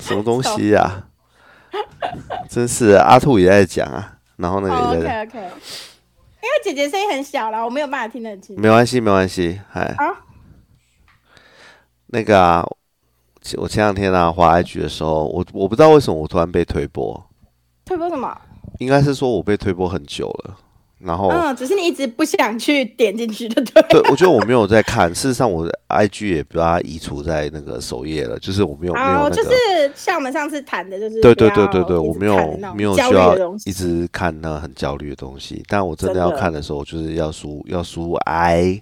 什么东西呀、 真是阿兔也在讲啊，然后那哦个也在讲， OK OK，因为姐姐声音很小啦，我没有办法听得很清楚。没关系没关系，哎，好那个啊，其我前两天啊滑 IG 的时候，我我不知道为什么我突然被推播，推播什么？应该是说我被推播很久了，然后、嗯，只是你一直不想去点进去的，对。对我觉得我没有在看，事实上我的 IG 也把它移除在那个首页了，就是我没有没有那哦，个。就是像我们上次谈的，就是对对不对要对对，一直我没看有那种没有焦需虑要的东西一直看那很焦虑的东西，但我真的真要的看的时候，我就是要输要输 I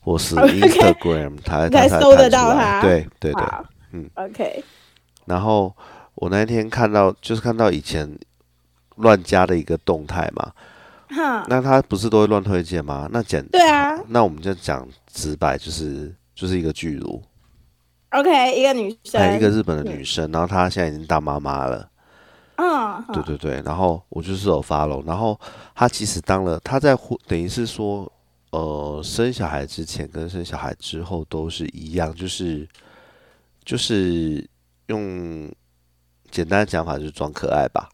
或是 OK Instagram，它它才才搜得弹出到来它对对对，好嗯，OK，然后我那天看到就是看到以前乱加的一个动态嘛，哈，那他不是都会乱推荐吗？那简啊对啊那我们就讲直白，就是就是一个巨乳， ，OK，一个女哎，生，一个日本的女生，然后她现在已经当妈妈了。嗯，对哈对对，然后我就是有 follow，然后她其实当了，她在婚等于是说，呃，生小孩之前跟生小孩之后都是一样，就是就是用简单的讲法就是装可爱吧。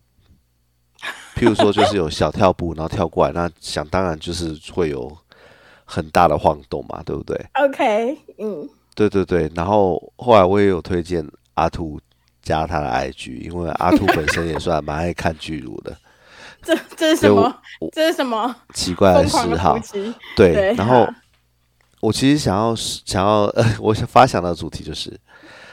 譬如说，就是有小跳步，然后跳过来，那想当然就是会有很大的晃动嘛，对不对？ ，OK，嗯，对对对，然后后来我也有推荐阿兔加他的 IG，因为阿兔本身也算蛮爱看巨乳的，这这所是什以我呃么？这是什么奇怪的疯嗜狂的好夫。妻？对，对然后好我其实想要是想要，呃， 我想发想的主题就是，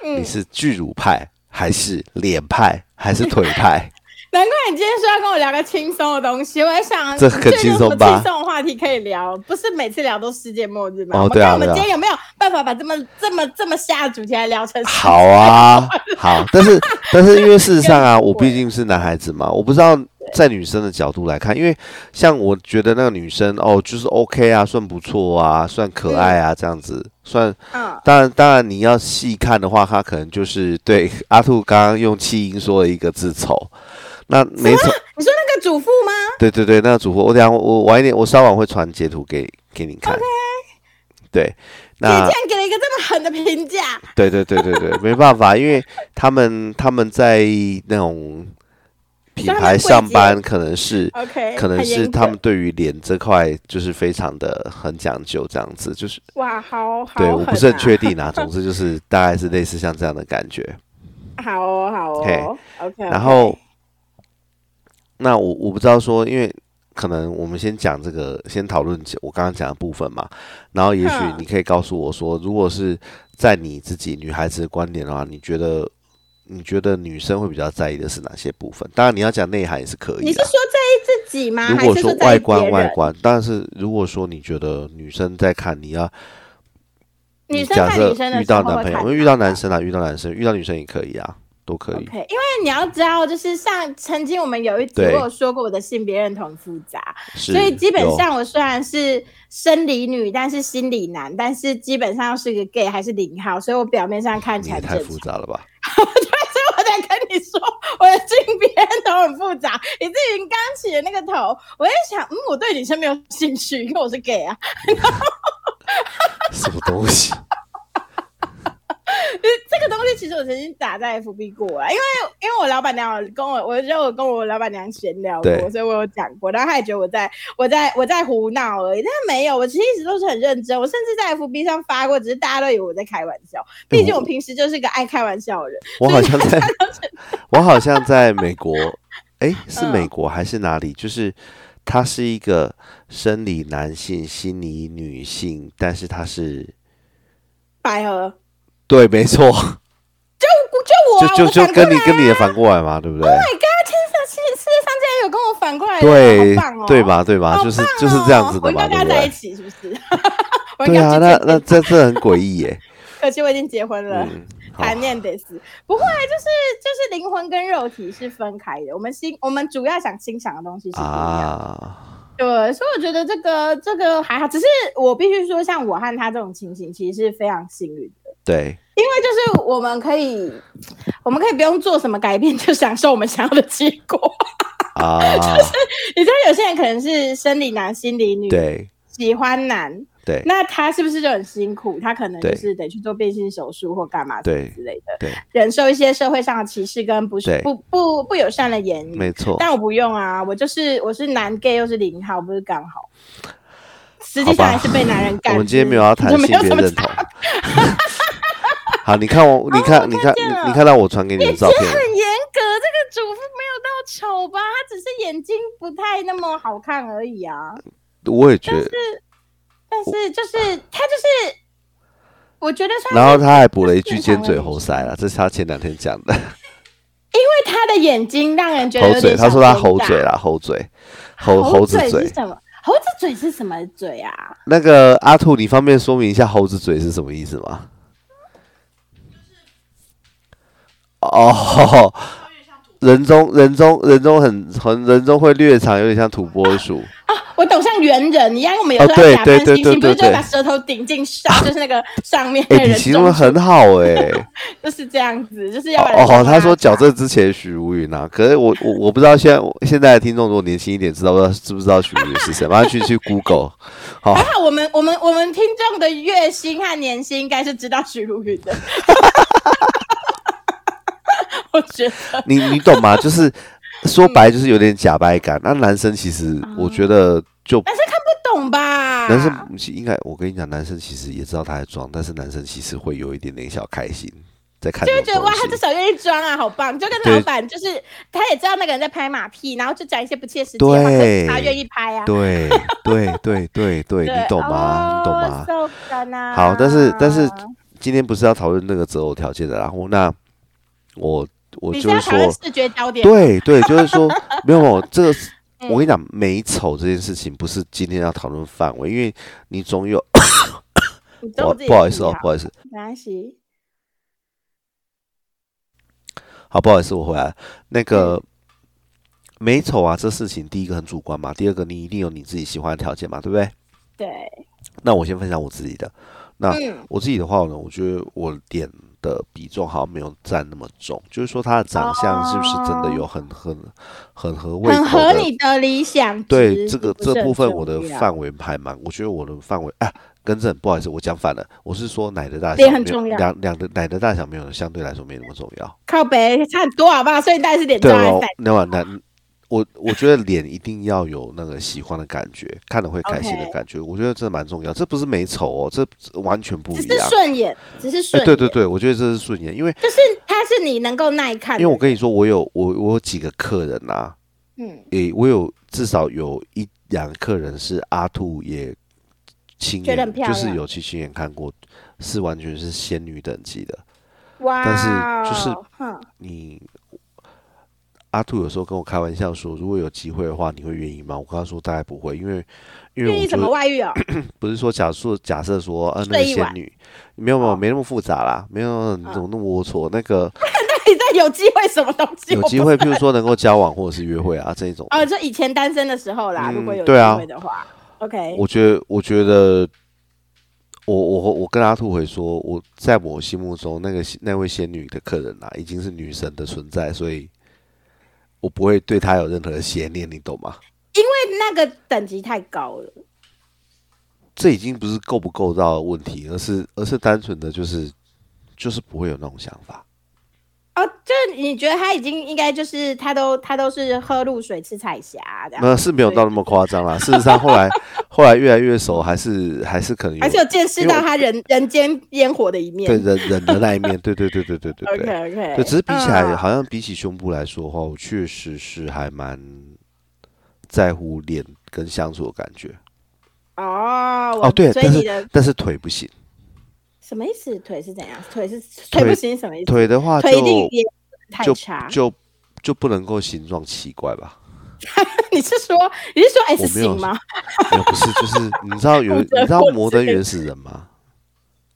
嗯你，是巨乳派还是脸派还是腿派？难怪你今天说要跟我聊个轻松的东西，我在想，这很你最近轻有什松么吧轻松的话题可以聊，不是每次聊都世界末日吗？哦我们对啊看我们对啊今天有没有办法把这么这么这么下的主题来聊成？好啊，好，但 是但是因为事实上啊，跟我毕鬼竟是男孩子嘛，我不知道在女生的角度来看，因为像我觉得那个女生哦，就是 OK 啊，算不错啊，算可爱啊，这样子算。嗯，当然，当然你要细看的话，她可能就是对 阿兔刚刚用气音说了一个字丑，那没错， 你说那个主妇吗？对对对，那个主播，我等一下我我晚一点，我稍晚会传截图给给你看。对，姐那竟然给了一个这么狠的评价，对对对对对，没办法，因为他们他们在那种品牌上班，可能是 OK，可能很是严格他们对于脸这块就是非常的很讲究，这样子就是哇，好好、对，我不是很确定。定啊。总之就是大概是类似像这样的感觉。好哦，好哦嘿，OK, 然后，那我我不知道说，因为可能我们先讲这个，先讨论我刚刚讲的部分嘛。然后，也许哼你可以告诉我说，如果是在你自己女孩子的观点的话，你觉得你觉得女生会比较在意的是哪些部分？当然，你要讲内涵也是可以你是的。说在意自己吗？如还果是说在意外别观，人外观，但是如果说你觉得女生在看，你要女你生假看设女生的遇时候到会男朋友，因看为哪遇到男生啊，遇到男生，遇到女生也可以啊，都可以。 OK，因为你要知道，就是像曾经我们有一集对我有说过我的性别认同复杂，是，所以基本有上我虽然是生理女，但是心理男，但是基本上是个 gay 还是零号，所以我表面上看你起也来很太正复常。杂了吧？所 以我在跟你说，我的性别认同很复杂，以至于你刚起的那个头，我在想，嗯，我对女生没有兴趣，因为我是 gay 啊。什么东西？ 这个东西其实我曾经打在 FB 过啊，因为因为我老板娘有跟我，我就有跟我老板娘闲聊对过，所以我有讲过，然后她也觉得我在我在我在胡闹而已，但没有，我其实一直都是很认真，我甚至在 FB 上发过，只是大家都以为我在开玩笑，嗯毕竟我平时就是个爱开玩笑的人，我好像在，我好像在美国，诶，嗯是美国还是哪里？就是他是一个生理男性、心理女性，但是他是百合对，没错，就我啊就我就就反过跟来 Oh 你跟你也反过来嘛，对不对？ ，My God，天上世世界上竟然有跟我反过来的对人，好棒哦，对？吧？对吧？好就是棒哦就是这样子我的应嘛，该对跟他不在一对？起是不是？ 我应对该啊，去那见那这这很诡异 耶。可惜我已经结婚了。嗯，好，谈恋得死，不会，啊就是就是灵魂跟肉体是分开的。我们心，我们主要想欣赏的东西是不一样的。啊，对，所以我觉得这个这个还好，只是我必须说，像我和他这种情形，其实是非常幸运的，对，因为就是我们可以，我们可以不用做什么改变，就享受我们想要的结果。 啊，你知道，有些人可能是生理男、心理女，对喜欢男，对那他是不是就很辛苦？他可能就对是得去做变性手术或干嘛什么对之类的，对，忍受一些社会上的歧视跟不是对不不不友善的言语。没错。但我不用啊，我就是我是男 gay 又是零号，不是刚好。实际好上吧还是被男人干。我们今天没有要谈就性没有别什么认 差同。好，你看我，你看，你看，你你看到我传给你的照片了，很严格，这个主妇没有到丑吧？她只是眼睛不太那么好看而已啊。我也觉得。但是就是她就是，我觉得算是然后他还补了一句“尖嘴猴腮”啦，这是他前两天讲的因为她的眼睛让人觉得猴有嘴。点他说他小奸猴诈嘴啦，猴嘴，猴猴猴子嘴嘴是。什么？猴子嘴是什么嘴啊？那个阿兔，你方便说明一下猴子嘴是什么意思吗？哦，人中人中人中很很人中会略长，有点像土拨 鼠。我懂，像猿人一样，我们有哦时候在对假扮对对猩猩，对不是对就会对把舌头顶进上，就是那个上面的哎、你人形容的中，很好哎、就是这样子，就是要把人哦，哦，他说抓矫正之前许茹芸啊，可是我我我不知道现在我现在的听众如果年轻一点，知道不知道知不知道许茹芸是谁？马上去去 Google。好、还好我们我们我们听众的月薪和年薪应该是知道许茹芸的， 我觉得你你懂吗？就是说白就是有点假掰感。那男生其实哦我觉得就男生看不懂吧？男生其应该，我跟你讲，男生其实也知道他在装，但是男生其实会有一点点小开心，在看就这会种觉得哇，他东至西。少愿意装啊，好棒！就跟对老板就是他也知道那个人在拍马屁，然后就讲一些不切实际的话，可是对他愿意拍啊。对对对对对， 对你懂吗？你懂吗？哦受感啊好但是但是今天不是要讨论那个择偶条件的啦，然后那我我你就是要是讨论说，视觉焦点，对对，就是 说没有没有这个是，嗯我跟你讲，美丑这件事情不是今天要讨论范围，因为你总有你不好自己不好意思哦，不好好意意思，思，没关系。好，不好意思，我回来了。那嗯个美丑啊，这事情第一个很主观嘛，第二个你一定有你自己喜欢的条件嘛，对不对？对，那我先分享我自己的。那嗯，我自己的话呢，我觉得我脸的比重好像没有占那么重，就是说他的长相是不是真的有很很很合胃哦很口合的？你的理想值。对这个不是这很部分重我的要范围还蛮，我觉得我的范围啊，更正，不好意思，我讲反了，我是说奶的大小脸很没有重要两两的奶的大小没有相对来说没那么重要。靠北差很多好不好？所以你当然是脸对啊罩还我是奶，那么那我我觉得脸一定要有那个喜欢的感觉，看了会开心的 OK 感觉我觉得这蛮重要。这不是美丑哦，这这完全不只一是样。顺眼，只是顺哎，眼。对对，对，我觉得这是顺眼，因为就是它是你能够耐看的。因为我跟你说，我有我我有几个客人啊，嗯，诶，我有至少有一两个客人是阿兔也亲觉得眼，很漂就是亮有去亲眼看过，是完全是仙女等级的。哇但哦，是就是哼你阿兔有时候跟我开玩笑说，如果有机会的话，你会愿意吗？我跟他说大概不会，因为因为愿我意觉什么得外遇哦？ 不是说假设假设说，呃，那睡个一仙晚哦女没有没有没那么复杂啦，没有你怎么那么龌龊？那个你在有机会什么东西？ 有机我不会，譬如说能够交往或者是约会啊这一种，哦，就以前单身的时候啦，嗯如果有机对啊会的话，OK，我觉得我觉得。我我我跟阿兔回说，我在我心目中那个那位仙女的客人啊，已经是女神的存在，所以我不会对她有任何的邪念，你懂吗？因为那个等级太高了。这已经不是够不够到的问题，而是而是单纯的就是就是不会有那种想法。哦，就是你觉得他已经应该就是他都他都是喝露水吃彩霞这样，那是没有到那么夸张啦。事实上，后来后来越来越熟，还是还是可能有还是有见识到他人人间烟火的一面对。人人的那一面。对对对对对对 OK 对。 OK，对，只是比起来，嗯好像比起胸部来说的话，我确实是还蛮在乎脸跟相处的感觉。哦，我哦，对，所以但你是的但是腿不行，什么意思？腿是怎样？腿是腿腿不行什么意思？腿的话就嗯腿一定也太就差。就就不能够形状奇怪吧。 你是说你是说 S 我没有型吗？没有不是，就是你知道有我你觉得知道我摩之登前原始人吗？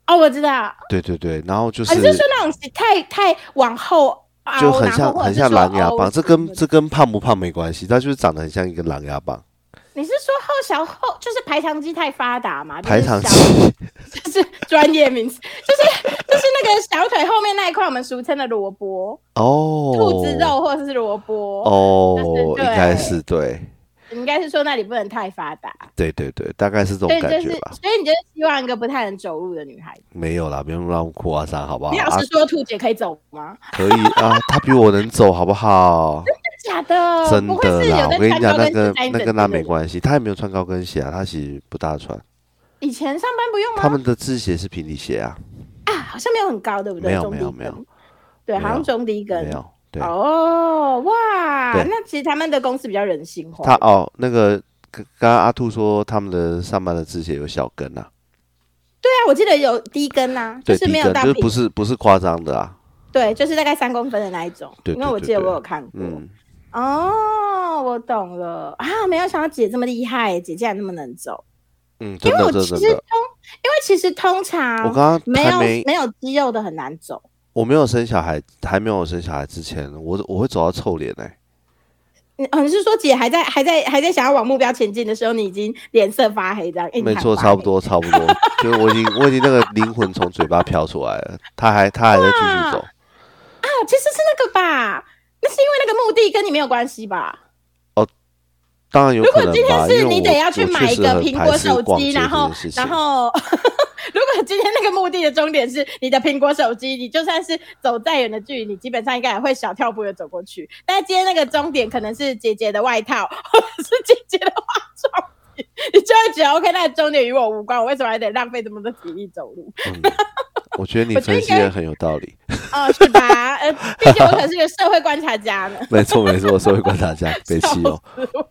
哦，我知道，对对对，然后就还是啊是说那种太太往后凹，就很然后像或者很是像说狼牙凹棒，这什么跟的这跟胖不胖没关系，它就是长得很像一个狼牙棒你是说后小后就是排肠肌太发达嘛？就是排场小器。就是专业名词， 就是就是那个小腿后面那一块，我们俗称的萝卜、哦，兔子肉或者是萝卜。哦，就是应对该是对，应该是说那里不能太发达，对对对，大概是这种所以感就是觉吧。所以你就是希望一个不太能走路的女孩子。没有啦，不用让哭啊伤，好不好？你啊老实，说，兔姐可以走吗？可以啊，他比我能走，好不好？假的，真不会的是有啦，在我跟你穿讲，高那跟跟鞋在一那整跟他天的没关系，他也没有穿高跟鞋啊，他其实不大穿，以前上班不用吗？他们的制鞋是平底鞋啊，啊，好像没有很高，对不对？没有中低没有跟没有，对，没有好像中低跟没。有，对，哦，哇，对那其实他们的公司比较人性化。他哦，那个刚刚刚阿兔说他们的上班的制鞋有小跟啊，对啊，我记得有低跟啊，就对，是低没有跟到就是平不是不是夸张的啊，对，就是大概三公分的那一种。对因为对我对记得对我有看过。嗯，哦，我懂了啊！没有想到姐这么厉害，姐竟然那么能走。嗯，因真为我的，其这实通，真因的，为其实通常我刚刚没还有没没有肌肉的很难走。我没有生小孩，还没有生小孩之前，我我会走到臭脸哎、你哦，你是说姐还在还在还在想要往目标前进的时候，你已经脸色发黑这样？哎你没很错，发差不黑多，差不 多，就是我已经我已经那个灵魂从嘴巴飘出来了，他还他还在继续走。啊。其实是那个吧，那是因为那个目的跟你没有关系吧？当然有如可果能今吧，天因是为你我得要去我买确一实个很苹排果斥手逛机，街然这后件事然情后，如果今天那个目的的终点是你的苹果手机，你就算是走再远的距离，你基本上应该也会小跳步的走过去。但是今天那个终点可能是姐姐的外套，或者是姐姐的化妆品，你就会觉得 OK，那个终点与我无关，我为什么还得浪费这么多体力走路？嗯，我觉得你我觉得分应析该的很有道理，哦，是吧？呃，毕竟我可是个社会观察家 呢，没错没错，社会观察家北笑西哦，死我！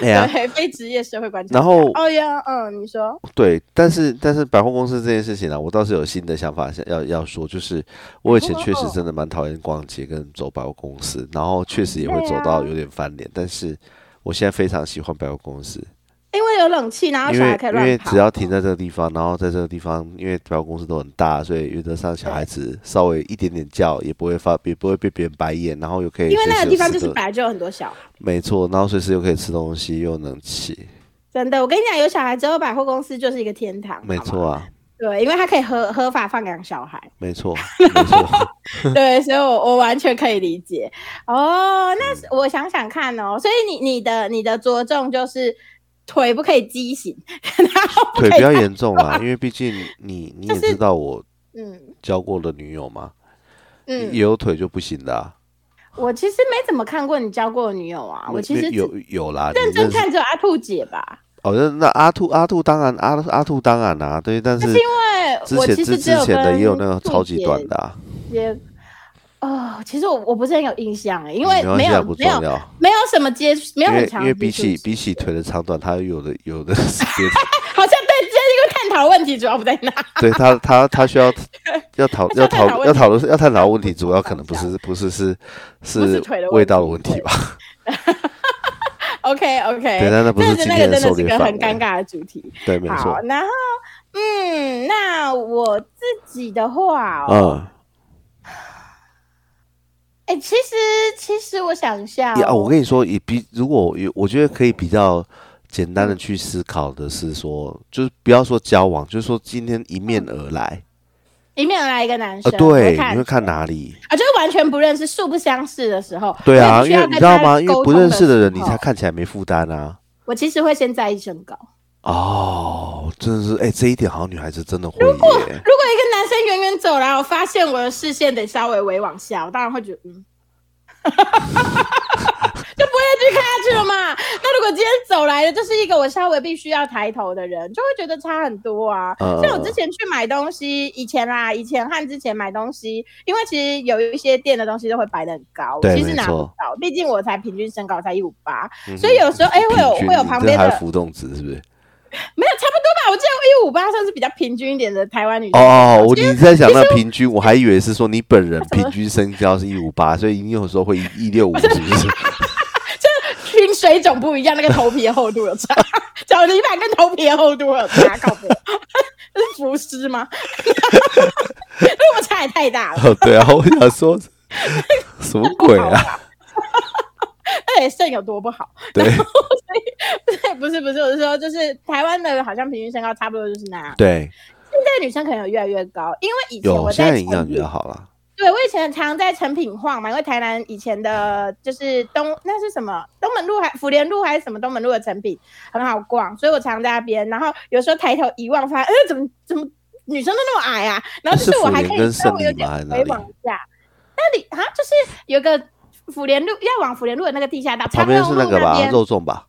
哎呀，对，非职业社会观察家。然后哦呀，嗯，你说，对，但是但是百货公司这件事情呢、啊我倒是有新的想法想要要说，就是我以前确实真的蛮讨厌逛街跟走百货公司，然后确实也会对走啊到有点翻脸，但是我现在非常喜欢百货公司，因为有冷气，然后因小孩为可以因为乱跑。只要停在这个地方，然后在这个地方，因为百货公司都很大，所以原则上小孩子稍微一点点叫也不会发，也不会被别人白眼，然后又可以因为随那时个有地方吃就是的本来就有很多小孩，没错，然后随时又可以吃东西，又能骑，真的，我跟你讲，有小孩之后，百货公司就是一个天堂，没好吗错啊，对，因为它可以合合法放养小孩，没 错，没错，对，所以我我完全可以理解。哦，那嗯是我想想看哦，所以你你的你的着重就是腿不可以畸形，然后不腿可比以较严重啦，因为毕竟你 你也啊就是知道我嗯交过的女友嘛，嗯，有腿就不行的啊、我其实没怎么看过你交过的女友啊，我其实只有有啦，你认真认识看只有阿兔姐吧，哦，那那阿兔阿兔当然阿阿兔当然啦、对，但是对之我前其之实只之有前的跟也有那个兔超级姐短的、啊，接。哦，其实我我不是很有印象欸，因为没关没系啊有不没有重要，没有什么接触，没有因很为强因的为比接触起史比起腿的长短，它有的有 的是别的好像对，这是一个探讨问题，主要不在那。 对他他他需要要讨他需要要探讨讨问要题讨论要探讨的问题，主要可能不是不是是 不是是腿的问味道的题问题对吧？ OK OK，对但那不是今那天个的真狩的是猎个范很围尴尬的主题。对，没错好，，然后嗯，那我自己的话、哦，嗯。哎、其实其实我想一下、呀，哦，我跟你说，也比如果有，我觉得可以比较简单嗯的去思考的是说，就是不要说交往，就是说今天迎面而来迎面而来一个男啊、呃生，对，嗯你会你看会看哪里？啊，就是完全不认识、素不相识的时候，对啊，所以因需为要你跟知道他吗？因为沟不通认识的人，你时才候，看起来没负担啊。我其实会先在意身高。哦，真的是，哎、这一点好像女孩子真的会耶。如果一个男生远远走来，我发现我的视线得稍微微往下，我当然会觉得嗯， 就不会再继续看下去了嘛。那如果今天走来的就是一个我稍微必须要抬头的人，就会觉得差很多啊。嗯像我之前去买东西，以前啦，以前和之前买东西，因为其实有一些店的东西都会摆得很高，我对其实没拿不错到，毕竟我才平均身高才一五八，嗯所以有时候哎、会有平均会有你旁这边还的有浮动值是不是？没有差不多吧，我记得一五八算是比较平均一点的台湾女生。哦，我你在讲其那实平均，我还以为是说你本 人怎么平均身高是一五八，所以你有时候会一六五，是不是？ 听水肿不一样，那个头皮的厚度有差， 脚底板跟头皮的厚度有差，靠谱。这 是浮尸吗？ 落差也太大了，哦，对啊，我想 说什么鬼啊？而且哎肾有多不好？ 对对，不是不是，我是说，就是台湾的，好像平均身高差不多就是那样。对， 现在女生可能有越来越高，因为以前有我现在在营养成比都较好啦。对，我以前常在成品晃嘛，因为台南以前的就是东那是什么东门路还福联路还是什么东门路的成品很好逛，所以我常在那边。然后有时候抬头一望，发现哎、呃、怎么怎么女生都那么矮啊？然后就是我还可以稍微有点回往一下，那里啊就是有个福联路要往福联路的那个地下道，旁边是那个吧，肉嗯粽吧。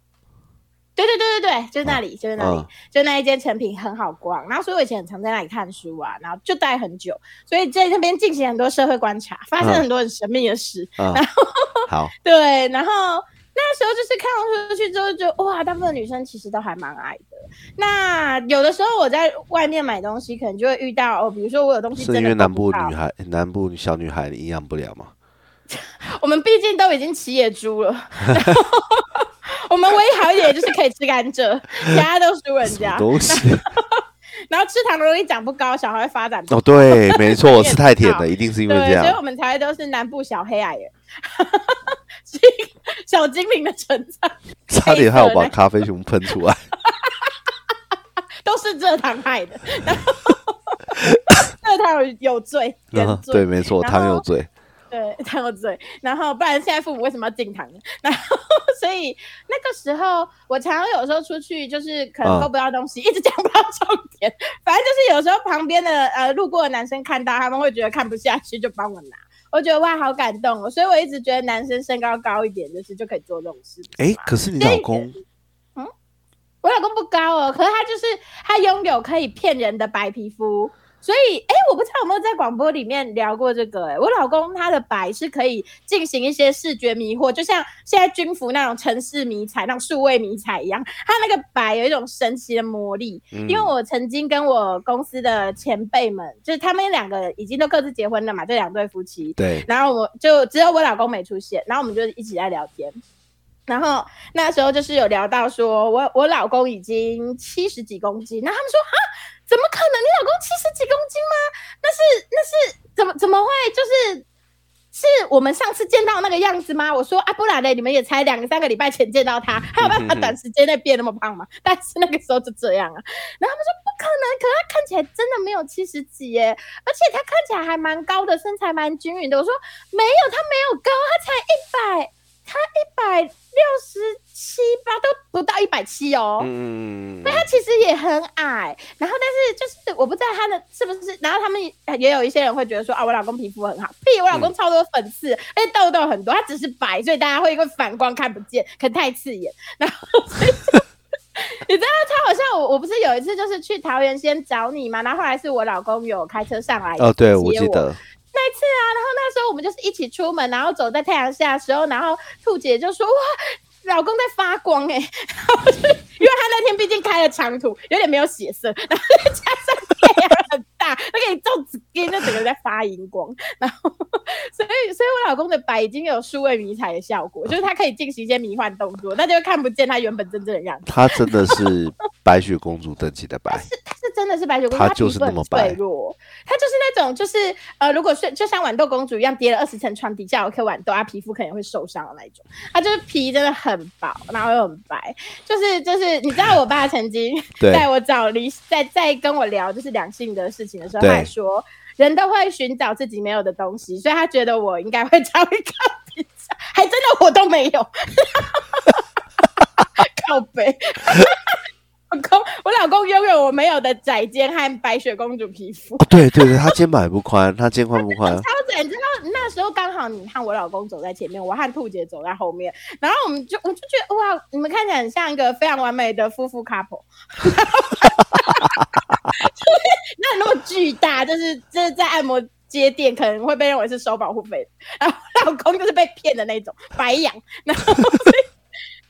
对对对对对，就是那里，就是那里，就那一间成品很好逛。然后，所以我以前很常在那里看书啊，然后就待很久，所以在那边进行很多社会观察，发生很多很神秘的事。嗯、 然后，好，对，然后那时候就是看出去之后就，就哇，大部分女生其实都还蛮矮的。那有的时候我在外面买东西，可能就会遇到，哦，比如说我有东西真的因为南部女孩、南部小女孩营养不良嘛。我们毕竟都已经骑野 猪了， 我们唯一好一点就是可以吃甘蔗，其他都输人 家。东 西然，然后吃糖容易长不高，小孩会发展。哦，对，没 错，吃太甜了，一定是因为这样。所以我们才会都是南部小黑矮人， 小精灵的存在。差点害我把咖啡熊喷出 来。都是蔗糖害的，然后 蔗糖有罪，原罪、嗯。对，没错，糖有罪。对， 他有嘴，然后不然现在父母为什么要禁糖呢？然后所以那个时候我常常有时候出去就是可能够不到东西，嗯、一直讲不到重点，反正就是有时候旁边的呃路过的男生看到，他们会觉得看不下去就帮我拿，我觉得哇好感动哦，所以我一直觉得男生身高高一点就是就可以做这种事。哎、欸，可是你老公，嗯，我老公不高哦，可是他就是他拥有可以骗人的白皮肤。所以，哎、欸，我不知道有没有在广播里面聊过这个、欸。哎，我老公他的白是可以进行一些视觉迷惑，就像现在军服那种城市迷彩、那种数位迷彩一样，他那个白有一种神奇的魔力。嗯、因为我曾经跟我公司的前辈们，就是他们两个已经都各自结婚了嘛，这两对夫妻。对。然后我就只有我老公没出现，然后我们就一起在聊天。然后那时候就是有聊到说，我我老公已经七十几公斤，然后他们说啊，怎么可能？你老公七十几公斤吗？那是那是怎么怎么会就是是我们上次见到那个样子吗？我说啊，不然嘞，你们也才两三个礼拜前见到他，还有办法短时间内变那么胖吗？但是那个时候就这样啊。然后他们说不可能，可他看起来真的没有七十几耶，而且他看起来还蛮高的，身材蛮均匀的。我说没有，他没有高，他才一百。他一百六十七八都不到一百七哦，嗯，所以他其实也很矮。然后，但是就是我不知道他的是不是，然后他们也有一些人会觉得说啊，我老公皮肤很好，屁，我老公超多粉刺，嗯、而且痘痘很多，他只是白，所以大家会因为反光看不见，可太刺眼。然后， 你知道他好像我我不是有一次就是去桃园先找你嘛，然后后来是我老公有开车上来哦，对，我记得。那一次啊，然后那时候我们就是一起出门，然后走在太阳下的时候，然后兔姐就说：“哇，老公在发光哎、欸！” 然后就因为他那天毕竟开了长途，有点没有血色，然后再加上太阳很大，那个照紫金就整个在发荧光。 然后，所以，所以我老公的白已经有数位迷彩的效果，就是他可以进行一些迷幻动作，那就看不见他原本真正的样子。他真的是白雪公主等级的白。 真的是白雪公主，她就是那么脆弱，她就是那种就是呃，如果是就像豌豆公主一样，跌了二十层床底下有颗豌豆，她皮肤可能会受伤的那一种。她就是皮真的很薄，然后又很白，就是就是你知道我爸曾经在我找离在在跟我聊就是两性的事情的时候，他还说人都会寻找自己没有的东西，所以他觉得我应该会找一个比较，还真的我都没有，靠背。老公，我老公拥有我没有的窄肩和白雪公主皮肤。哦、对对对，他肩膀也不宽，他肩宽不宽。超窄，你知道那时候刚好你和我老公走在前面，我和兔姐走在后面，然后我们就我就觉得哇，你们看起来很像一个非常完美的夫妇 couple。那那么巨大，就是就是在按摩街店可能会被认为是收保护费，然后老公就是被骗的那种白养，然后。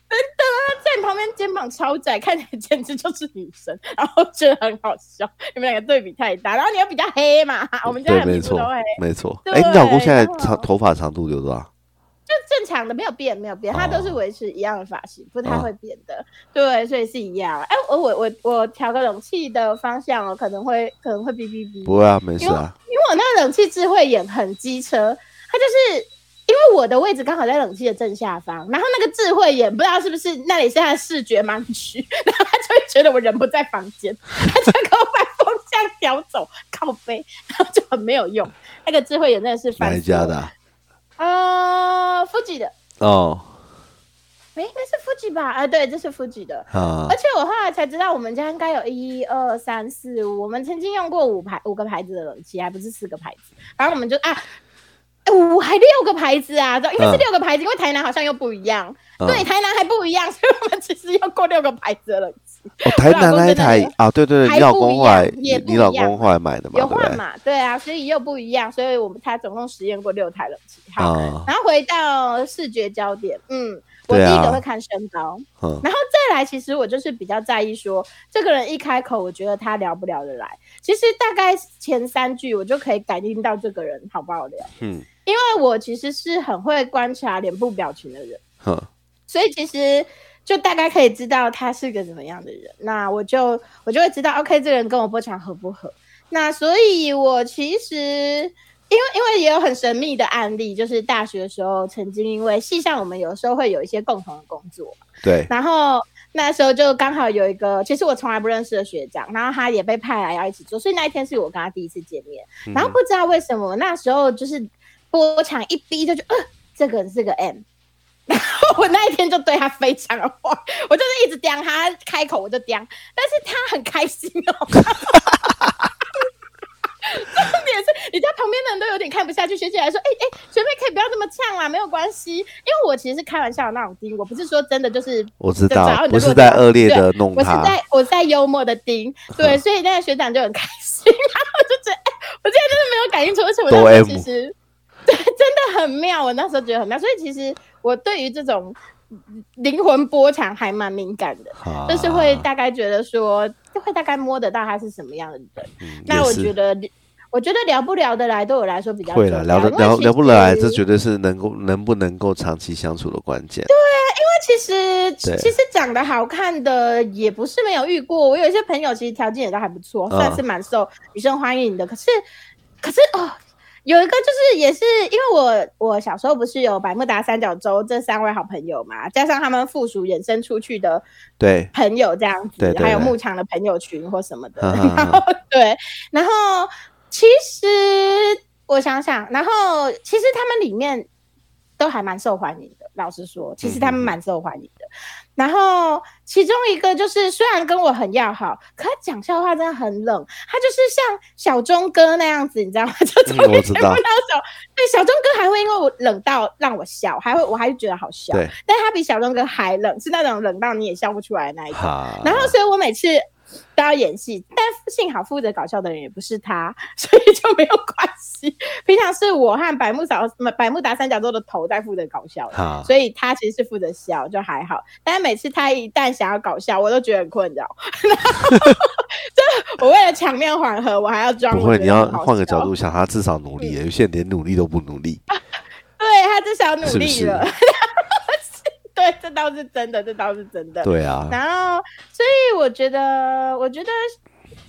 真的啊，在你旁边肩膀超窄，看起来简直就是女生，然后觉得很好笑。你们两个对比太大，然后你又比较黑嘛， 我们家两没皮肤错都黑，没错。对哎，你老公现在然后嗯长头发长度有多少？就正常的，没有变，没有变，他都是维持一样的发型，不太哦会变的。对，所以是一样。哎，我我我我调个冷气的方向哦，可能会可能会哔哔哔。不会啊，没事因为啊。因为我那个冷气智慧眼很机车，它就是因为我的位置刚好在冷气的正下方，然后那个智慧眼不知道是不是那里是他的视觉盲区，然后他就会觉得我人不在房间，他就给我把风向样叼走，靠背，然后就很没有用。那个智慧眼真的是哪烦一死家我的啊、呃，富吉的，哦，没应该是富吉吧？啊，对，这是富吉的。啊而，且我后来才知道，我们家应该有一二三四五，我们曾经用过五牌五个牌子的耳机，啊还不是四个牌子。反正我们就啊，哎五还六个牌子啊，因为嗯是六个牌子，因为台南好像又不一样，嗯呃对，台南还不一样，所以我们其实用过六个牌子的耳机，哦，台老南公那一真的台也啊，对对对，还你老不一公后来，样也你不你一老样公后来买的嘛，对有不换对？嘛？对啊，所以又不一样，所以我们他总共实验过六台耳机。好，啊，然后回到视觉焦点，嗯，我第对啊一个会看身高。嗯，然后再来，其实我就是比较在意说，这个人一开口，我觉得他聊不聊得来。其实大概前三句，我就可以感应到这个人好不好聊，嗯，因为我其实是很会观察脸部表情的人，哼，所以其实就大概可以知道他是个怎么样的人。那我就我就会知道，OK，这个人跟我波长合不合。那所以，我其实。因为因为也有很神秘的案例，就是大学的时候曾经因为系上我们有时候会有一些共同的工作，对，然后那时候就刚好有一个，其实我从来不认识的学长，然后他也被派来要一起做，所以那一天是我跟他第一次见面。然后不知道为什么那时候就是波长一逼就觉得，呃，这个人是个 M。然 后我那一天就对他非常的坏，我就是一直刁他，他开口我就刁，但是他很开心哦。 重点是，你知道旁边的人都有点看不下去，学姐还说：“哎、哎、学妹可以不要这么呛啦，没有关系。”因为我其实是开玩笑的那种丁，我不是说真的就是我知就找到道你，的不是弱在点恶劣对的弄我是他，嗯在我是在幽默的盯，对，所以那个学长就很开心， 然后我就觉得，哎、我今天真的没有感应出，而且我都那时 M 候其实对真的很妙，我那时候觉得很妙，所以其实我对于这种嗯灵魂波长还蛮敏感的，啊就是会大概觉得说，就会大概摸得到他是什么样的人。嗯也那我是觉得，我觉得聊不聊得来，对我来说比较会重了，聊要得因为聊其聊不来，实这绝对是能够能不能够长期相处的关键。其实对其实长得好看的也不是没有遇过，我有一些朋友其实条件也都还不错，嗯算是蛮受女生欢迎的。可是可是哦，有一个就是也是因为我我小时候不是有百慕达三角洲这三位好朋友嘛，加上他们附属衍生出去的对，朋友这样子，对对还有对牧场的朋友群或什么的。哈哈哈然后对，然后其实我想想，然后呃其实他们里面都还蛮受欢迎的。老实说，其实他嗯们嗯嗯蛮受欢迎的。然后其中一个就是，虽然跟我很要好，可他讲笑话真的很冷。他就是像小钟哥那样子，你知道吗？ 就嗯从以我知前道不到手，对小钟哥还会因为我冷到让我笑，还会我还觉得好笑。对，但他比小钟哥还冷，是那种冷到你也笑不出来的那一种。好，然后，所以我每次都要演戏，但幸好负责搞笑的人也不是他，所以就没有关系。 平常是我和百慕嫂、百慕达三角洲的头在负责搞笑的，好，所以他其实是负责笑，就还好。但是每次他一旦想要搞笑，我都觉得很困扰。 就我为了场面缓和，我还要装。不会，你要换个角度。度想，他至少努力，有些人连努力都不努力，对他至少努是不力是了。 对，这倒是真的，这倒是真的。对啊，然后，所以我觉得，我觉得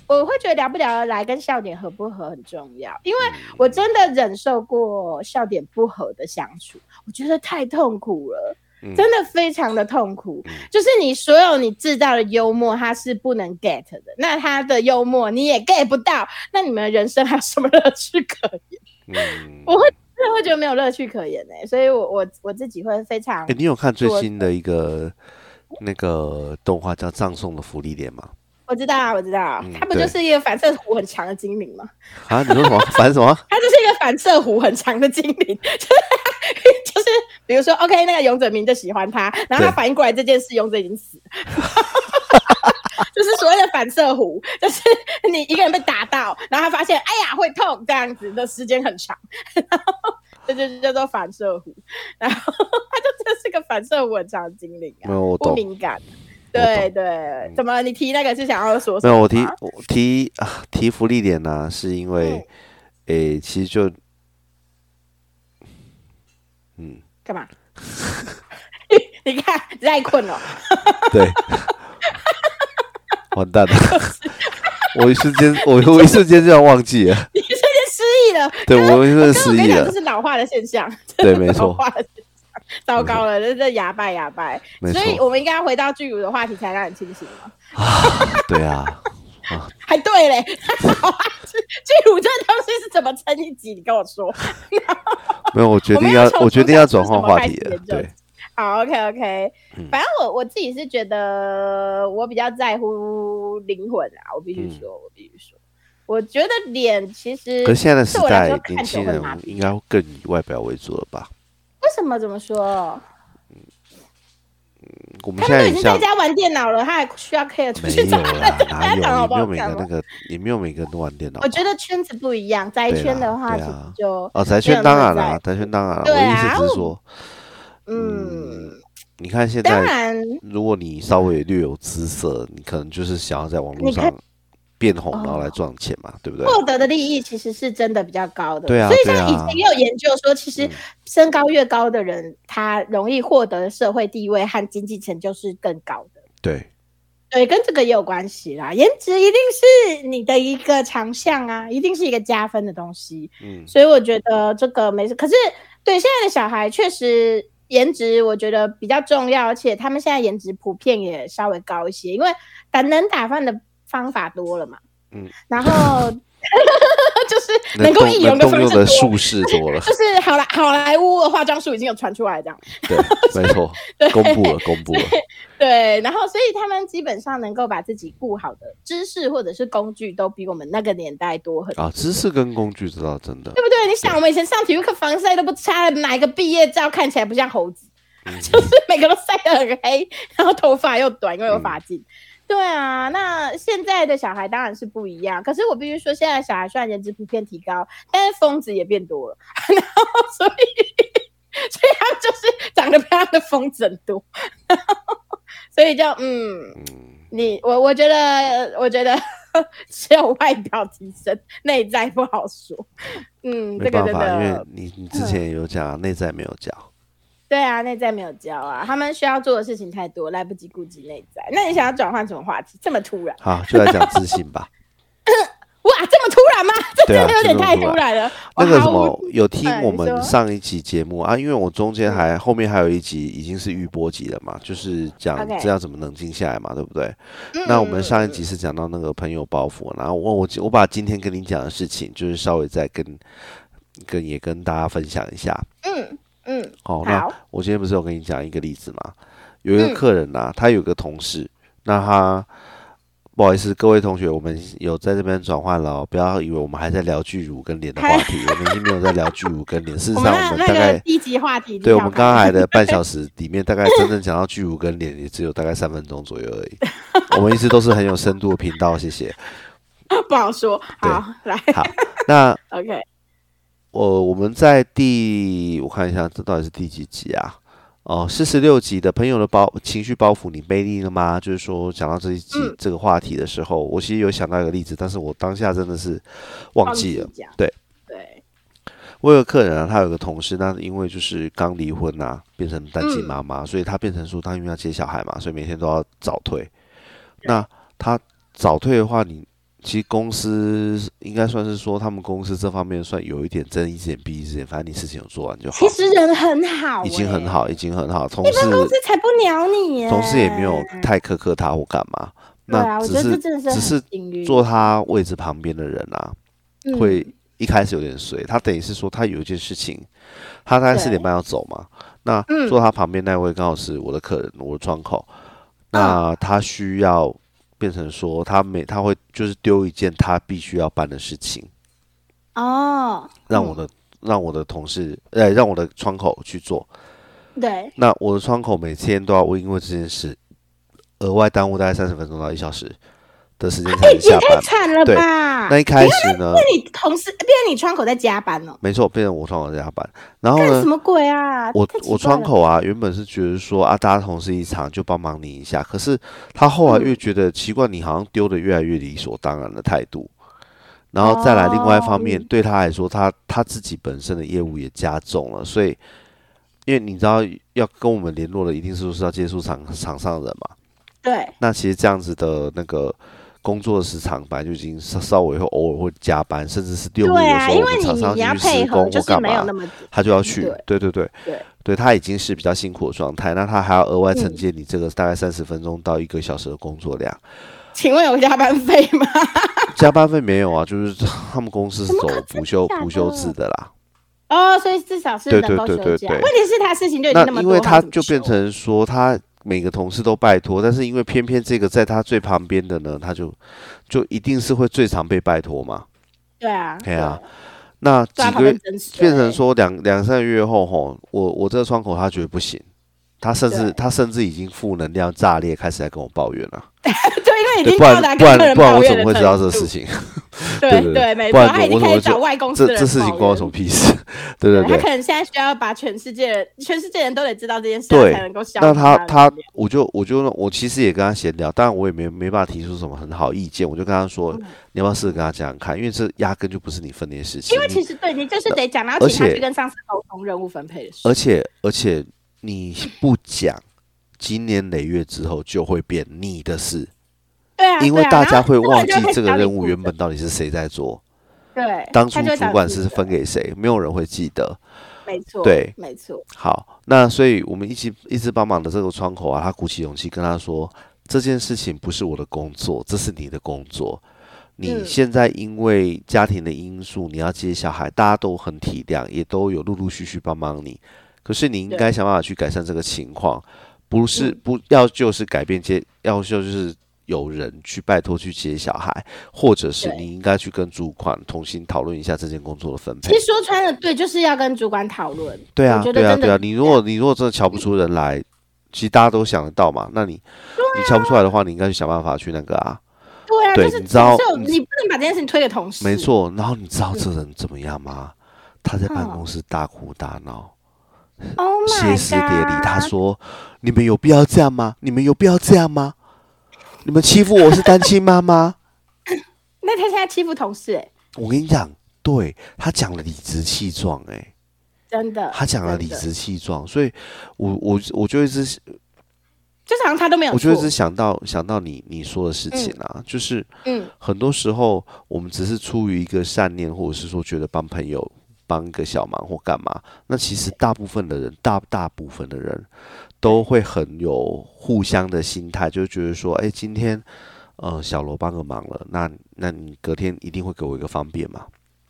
我会觉得聊不聊得来跟笑点合不合很重要，因为嗯我真的忍受过笑点不合的相处，我觉得太痛苦了。嗯真的非常的痛苦嗯，就是你所有你制造的幽默，它是不能 get 的。那他的幽默你也 get 不到，那你们的人生还有什么乐趣可言？嗯我会真的会觉得没有乐趣可言呢、欸所以我我我自己会非常诶你有看最我新的一个那个动画叫《葬送的福利莲》吗？我知道，啊，我知道啊嗯，它不就是一个反射弧很强的精灵吗？啊，你说什么？ 烦什么？它就是一个反射弧很强的精灵，就是就是比如说，OK，那个勇者明就喜欢他，然后对他反应过来这件事，勇者已经死了。就是所谓的反射弧，就是你一个人被打到，然后他发现哎呀会痛这样子的时间很长，然后这就叫做反射弧，然后他就真的是个反射弧很强的精灵没啊，有，我不懂。敏感。我对对，怎么你提那个是想要说什没么有，吗？我提我提啊提福利点呢、是因哦为，诶、其实就，嗯，干嘛？你你看，赖困了。对， 完蛋了，我一瞬间，我我一瞬间就要忘记了，你瞬间失忆了。对刚刚我一瞬间刚刚我失跟你忆讲，这了，是老化的现象。对， 没老错，化的现象，糟糕了，这这牙败牙败。没所以错我们应该要回到巨乳的话题，才让你清醒嘛。对啊，啊还哎对嘞， 好啊，巨巨乳这东西是怎么撑一集？你跟我说。没有，我决我们定要要，从我决定要转换话开题了始研。究对，好，OK OK，嗯反正我我自己是觉得我比较在乎灵魂啊，我必须说，我必须说，我觉得脸其实嗯可是现在的时对我来代说，年看久轻会人麻应痹。该更以外表为主了吧？为什么？怎么说？我们他现们在都很已经像在家玩电脑了，他还需要 care 出没去有找人啦，哪家长好有？不也没好有每个人看那吗？个，也没有每个人都玩电脑吧。我觉得圈子不一样，宅对圈的啦话其对实啊就哦，宅没圈有那当么然在啦，宅圈当然啦。对我意啊思只我是说，嗯，你看现当在然如果你稍微略有姿色，你可能就是想要在网络你看上变红，然后哦来赚钱嘛，对不对？获得的利益其实是真的比较高的。对啊所以对像以啊前也有研究说，其实嗯身高越高的人，他容易获得的社会地位和经济成就是更高的。对，对，跟这个也有关系啦。颜值一定是你的一个强项啊，一定是一个加分的东西。嗯，所以我觉得这个没事。可是对现在的小孩，确实颜值我觉得比较重要，而且他们现在颜值普遍也稍微高一些，因为打能打饭的方法多了嘛。嗯， 然后就是能能够动易能容的动方式用多的，术式多了， 就是好莱好莱坞的化妆术已经有传出来这样。对，没错， 对公布了，公布了，对，然后所以他们基本上能够把自己顾好的知识或者是工具，都比我们那个年代多很多。啊，知识跟工具知道真的 对，不对？你想，我们以前上体育课防晒都不擦，哪一个毕业照看起来不像猴子？嗯就是 每个都晒得很黑，然后头发又短，因为有发髻。嗯对啊，那现在的小孩当然是不一样。可是我必须说，现在的小孩虽然颜值普遍提高，但是疯子也变多了， 然后所以所以他们就是长得漂亮的疯子很多， 然后所以就嗯，嗯，你我我觉得，我觉得 只有外表提升，内在不好说。嗯，没这个办真法，因为的嗯你你之前也有讲啊，内在没有讲，对啊，内在没有教啊，他们需要做的事情太多，来不及顾及内在。那你想要转换什么话题？这么突然？好，就来讲自信吧。哇，这么突然吗？这对啊 真的有点就这么太突突然然了。那我个什毫无么，有听哎我你们说嗯上一期节目啊，因为我中间还后面还有一集已经是预播集了嘛，就是讲 OK 这要怎么冷静下来嘛，对不对？嗯那我们上一集是讲到那个朋友包袱，然后我我我把今天跟你讲的事情，就是稍微再跟跟也跟大家分享一下。嗯嗯哦，那好我今天不是有跟你讲一个例子吗？有一个嗯客人呐、他有个同事，那他不好意思，各位同学，我们有在这边转换了哦，不要以为我们还在聊巨乳跟脸的话题，我们已经没有在聊巨乳跟 脸，事实我上们我那们那大个概。低级话题，对我们刚才 的半小时里面，大概真正讲到巨乳跟脸也只有大概三分钟左右而 已。我们一直都是很有深度的频道，谢谢。不好说。好，来好，那，OK，呃我我们在第我看一下，这到底是第几集啊？哦，四十六集的朋友的包情绪包袱，你背腻了吗？就是说讲到这一集、嗯这个话题的时候，我其实有想到一个例子，但是我当下真的是忘忘记了。讲。对对，我有个客人啊，他有个同事，那因为就是刚离婚啊，变成单亲嗯妈妈，所以他变成说他因为要接小孩嘛，所以每天都要早退。那他早退的话，你其实公司应该算是说他们公司这方面算有一点睁一只眼闭一只眼，反正你事情有做完就好。其实人很好，已经很欸。好，已经很好。同一般公司事才不鸟你耶，同事也没有太苛刻他或干嘛，对那啊，我只觉得这真的只很是幸运坐他位置旁边的人啊，嗯会一开始有点随。他等于是说他有一件事情，他大概对四点半要走嘛，那嗯坐他旁边那位刚好是我的客人，我的窗口，那他需要变成说他每他会就是丢一件他必须要办的事情。哦，让我的、让我的同事，呃，让我的窗口去做。对，那我的窗口每天都要为因为这件事额外耽误大概三十分钟到一小时的时间才能啊 也下太班。惨了对吧？那一开始呢，那你同事，变成你窗口在加班哦，没错，变成我窗口在加班。然后干呢什，么鬼啊？我太奇怪我了窗口啊，原本是觉得说啊，大家同事一场就帮忙你一下，可是他后嗯来越觉得奇怪，你好像丢的越来越理所当然的态度。然后再来另外一方面，哦对他来说，他他自己本身的业务也加重了，所以因为你知道要跟我们联络的，一定是是要接触厂厂上的人嘛。对，那其实这样子的那个工作时长，本来就已经稍稍微会偶尔会加班，甚至是六日对有时啊，候因我为们厂你商你要去施配合，工就或是干没有嘛那，么他就要去，对对对对嗯对，他已经是比较辛苦的状态，那他还要额外承接你这个大概三十分钟到一个小时的工作量，请问有加班费吗？ 加班费没有啊，就是他们公司是怎么走可能补休真的假的补休制的啦。哦，所以至少是对能够休对对对假。对问题是他事情就已经那那么因多，为他怎么就变休成说，他每个同事都拜托，但是因为偏偏这个在他最旁边的呢，他就就一定是会最常被拜托嘛。对啊，对啊，那对几啊，个旁月边真是变 成说两两三个月后吼，我我这个窗口他觉得不行，他甚至对他甚至已经负能量炸裂，开始来跟我抱怨了。就因为已对，经不到然达不跟客人然不然抱我怨怎的么会知道这程事度？情？对对对对，没不错，然他已我经怎么开始就找外公司这的人这事情抱关我怨什么屁事？ 对对他对可。能现在需要把全世界人、全世界人都得知道这件事，对才能够消啊那除他的他能量，我就我就我其实也跟他闲聊，但我也没没办法提出什么很好意见，我就跟他说，嗯你要不要试着跟他讲讲看，因为这压根就不是你分内的事情。因为你其实对你就是得讲，然后而请他且去跟上司沟通任务分配的事。而且而且你不讲，经年累月之后就会变你的事，对啊，因为对啊大然家后会根本忘记就会这找个你任务负原责本到底是谁在做，对，当初他就会主找你管负是责分给谁，没有人会记得。没错，对没错，好，那所以我们一起一直帮忙的这个窗口啊，他鼓起勇气跟他说，这件事情不是我的工作，这是你的工作。你嗯现在因为家庭的因素，你要接小孩，大家都很体谅，也都有陆陆续续帮忙你。可是你应对该想办法去改善这个情况，不是嗯不要就是改变接，要就是有人去拜托去接小孩，或者是对你应该去跟主管重新讨论一下这件工作的分配其。实说穿了，对，就是要跟主管讨论。对啊，我觉得对啊，真的对啊。是你这如果你如果真的瞧不出人来，其实大家都想得到嘛。那你、啊你瞧不出来的话，你应该去想办法去那个啊。对啊，对就是你知道只有你你不能把这件事情推给同事。没，错，然后你知道这人怎么样吗？他在办嗯公室大哭大闹， Oh my 歇斯底里。他 god 说：“你们有必要这样吗？你们有必要这样吗？你们欺负我是单亲妈妈？” 那他现在欺负同事、哎，我跟你讲，对他讲的理直气壮、欸，哎，真的，他讲的真理直气壮，所以我我我就一直就是好像他都没有我错。就一直想到想到你你说的事情啊，就是嗯，很多时候我们只是出于一个善念，或者是说觉得帮朋友帮个小忙或干嘛，那其实大部分的人，大大部分的人都会很有互相的心态，就觉得说，哎，今天呃小罗帮个忙了，那那你隔天一定会给我一个方便嘛，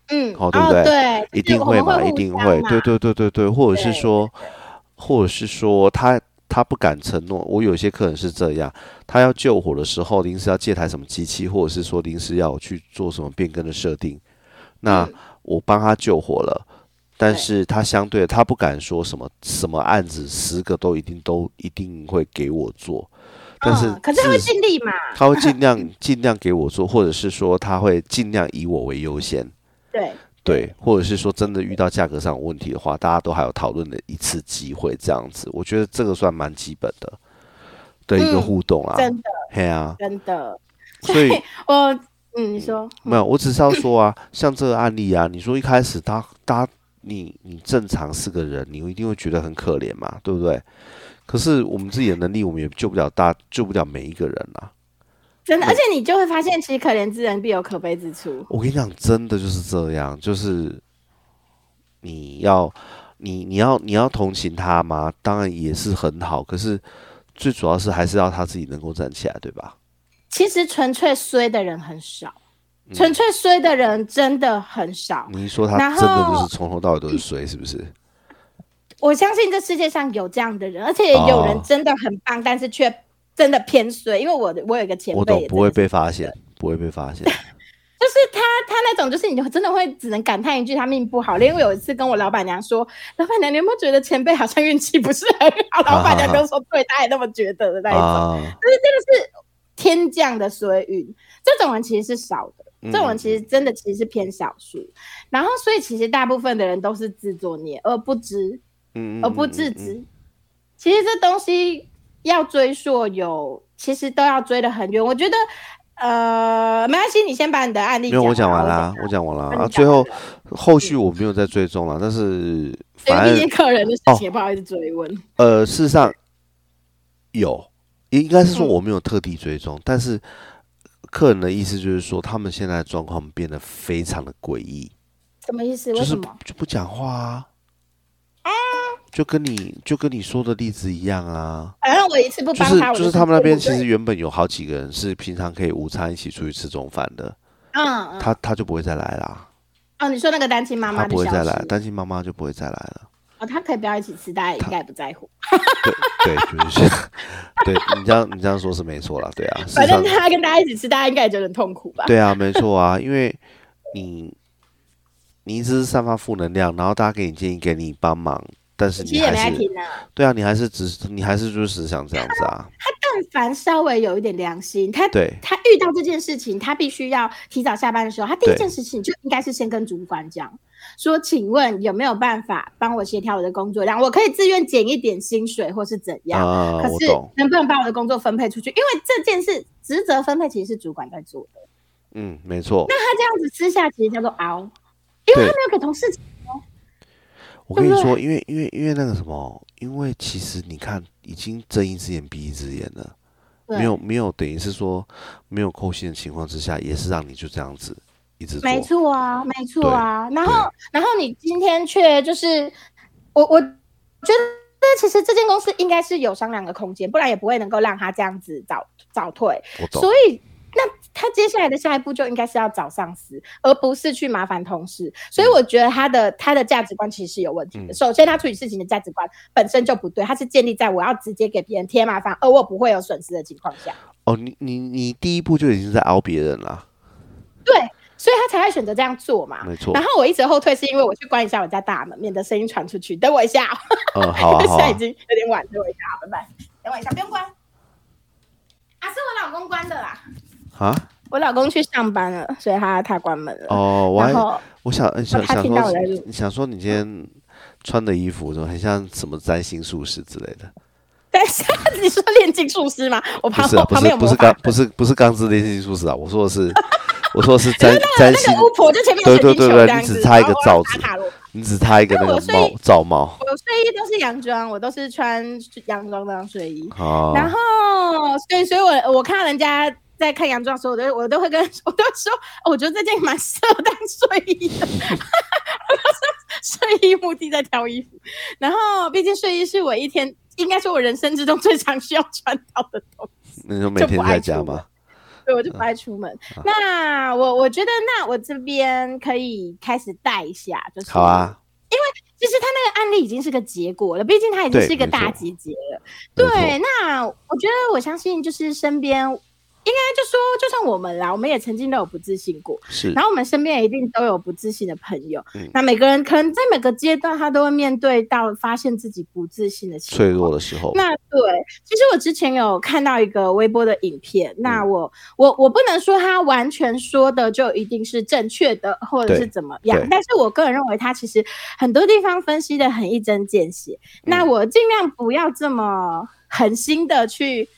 嗯，好哦对不对对，一定会会嘛，一定会，对对对对对，或者是对说，或者是说他他不敢承诺，我有些客人是这样，他要救火的时候临时要借台什么机器，或者是说临时要我去做什么变更的设定，那嗯我帮他救火了。但对是他相对他不敢说什么什么案子十个都一定都一定会给我做，但是嗯、可是他会至尽力嘛，他会尽量尽量给我做，或者是说他会尽量以我为优先。对，对，或者是说真的遇到价格上有问题的话，大家都还有讨论的一次机会，这样子，我觉得这个算蛮基本的的一个嗯互动啊，真的嘿啊，真的，所 以我嗯，你说没有，我只是要说啊，像这个案例啊，你说一开始他他你你正常是个人，你一定会觉得很可怜嘛，对不对？可是我们自己的能力，我们也救不了大，救不了每一个人啊。真的，而且你就会发现，其实可怜之人必有可悲之处。我跟你讲，真的就是这样，就是你要你你要你要同情他吗？当然也是很好，可是最主要是还是要他自己能够站起来，对吧？其实纯粹衰的人很少，嗯纯粹衰的人真的很少。你一说他啊然真的就后是从头到尾都是水，是不是？我相信这世界上有这样的人，而且也有人哦真的很棒，但是却真的偏衰。因为我的我有一个前我辈懂，也真的是，不会被发现，不会被发现。就是他，他那种就是你真的会只能感叹一句他命不好了。因为我有一次跟我老板娘说，老板娘，你有没有觉得前辈好像运气不是很好？老板娘就说，对，她也那么觉得的那一种，啊，就是真的是天降的衰运，这种人其实是少的，嗯这种人其实真的其实是偏少数。然后，所以其实大部分的人都是自作孽而不知，嗯而哦不自知。其实这东西要追溯有，其实都要追得很远。我觉得，呃，没关系，你先把你的案例没有，我讲完了，啦，我讲完啦。啊，啊你最讲完嗯后后续我没有再追踪了，但是因反为正毕竟客人的事哦情也不好意思追问。呃，事实上有，应该是说嗯我没有特地追踪，但是客人的意思就是说，他们现在的状况变得非常的诡异，什么意思？就为是什不么？就不讲话啊，就跟你就跟你说的例子一样啊，反正我一次不就帮是他，就是我他们那边其不实原本有好几个人是平常可以午餐一起出去吃中饭的，嗯嗯他他就不会再来啦，哦，你说那个单亲妈妈他的不会消再息来，担心妈妈就不会再来了。 哦，他可以不要一起吃，大家应该也不在乎。对对，就是这样， 对你这样你这样说是没错啦，对啊，事反实正上他跟大家一起吃，大家应该也觉得很痛苦吧？对啊，没错啊，因为你你一直散发负能量，然后大家给你建议给你帮忙，但是其你实也没还爱是听啊。对啊，你还是只你还是就是想这样子啊，但凡稍微有一点良心，他 对他遇到这件事情，他必须要提早下班的时候，他第一对件事情就应该是先跟主管讲，说，请问有没有办法帮我协调我的工作量？我可以自愿减一点薪水，或是怎样？啊，可我是懂，能不能把我的工作分配出去？因为这件事职责分配其实是主管在做的，嗯，没错，那他这样子私下其实叫做熬，因为他对没有给同事钱我跟你对不说，因为因为因为那个什么，因为其实你看，已经睁一只眼闭一只眼了，对没有没有，等于是说没有扣薪的情况之下，也是让你就这样子一直做，没错啊，没错啊。然后，然后你今天却就是我，我觉得其实这间公司应该是有商量的空间，不然也不会能够让他这样子早早退。我懂所，以，那他接下来的下一步就应该是要找上司，而不是去麻烦同事。所以，我觉得他的、他的价值观其实是有问题的。嗯首先，他处理事情的价值观本身就不对，他是建立在我要直接给别人添麻烦，而我不会有损失的情况下。哦，你你你第一步就已经在熬别人了，嗯对，所以他才会选择这样做嘛。没错然，后我一直后退，是因为我去关一下我家大门，免得声音传出去。等我一下，嗯，好啊好 现在已啊，经有点晚，等我一下，拜拜。等我一下，不用关。啊，是我老公关的啦。啊，我老公去上班了，所以他他关门了。哦，我还然后我想呃想他想听到我在说录，想说你今天穿的衣服怎么很像什么占星术士之类 的？等一下，你说炼金术师吗？我不旁是我啊，不旁边是有不魔是法钢。不是不是钢之炼金术士啊，我说的是我说的是占呃占 那星个，巫婆就前面有水对对晶球对对这样你只子差一个然后我要罩子打卡罗你只差一个那那我个睡帽罩帽我睡衣都是洋装，我都是穿洋装那样睡衣。哦，然后，所以，所以我我看到人家在看洋装的时候，我都我都会跟 我都会说，哦我觉得这件蛮适合当睡衣的。 睡衣目的在挑衣服，然后毕竟睡衣是我一天，应该说我人生之中最常需要穿到的东西。那就每就天不爱在家出吗门？对，我就不爱出门。嗯那我我觉得，那我这边可以开始带一下，就是好啊，其实他那个案例已经是个结果了，毕竟他已经对是一个没大错集结了。没对错，那我觉得我相信就是身边，应该就说就算我们啦，我们也曾经都有不自信过，是然后我们身边也一定都有不自信的朋友。嗯那每个人可能在每个阶段，他都会面对到发现自己不自信的情脆况。弱的时候，那对，其实我之前有看到一个微博的影片，那嗯我我我不能说他完全说的就一定是正确的，或者是对怎么样对，但是我个人认为他其实很多地方分析的很一针见血。那嗯我尽量不要这么狠心的去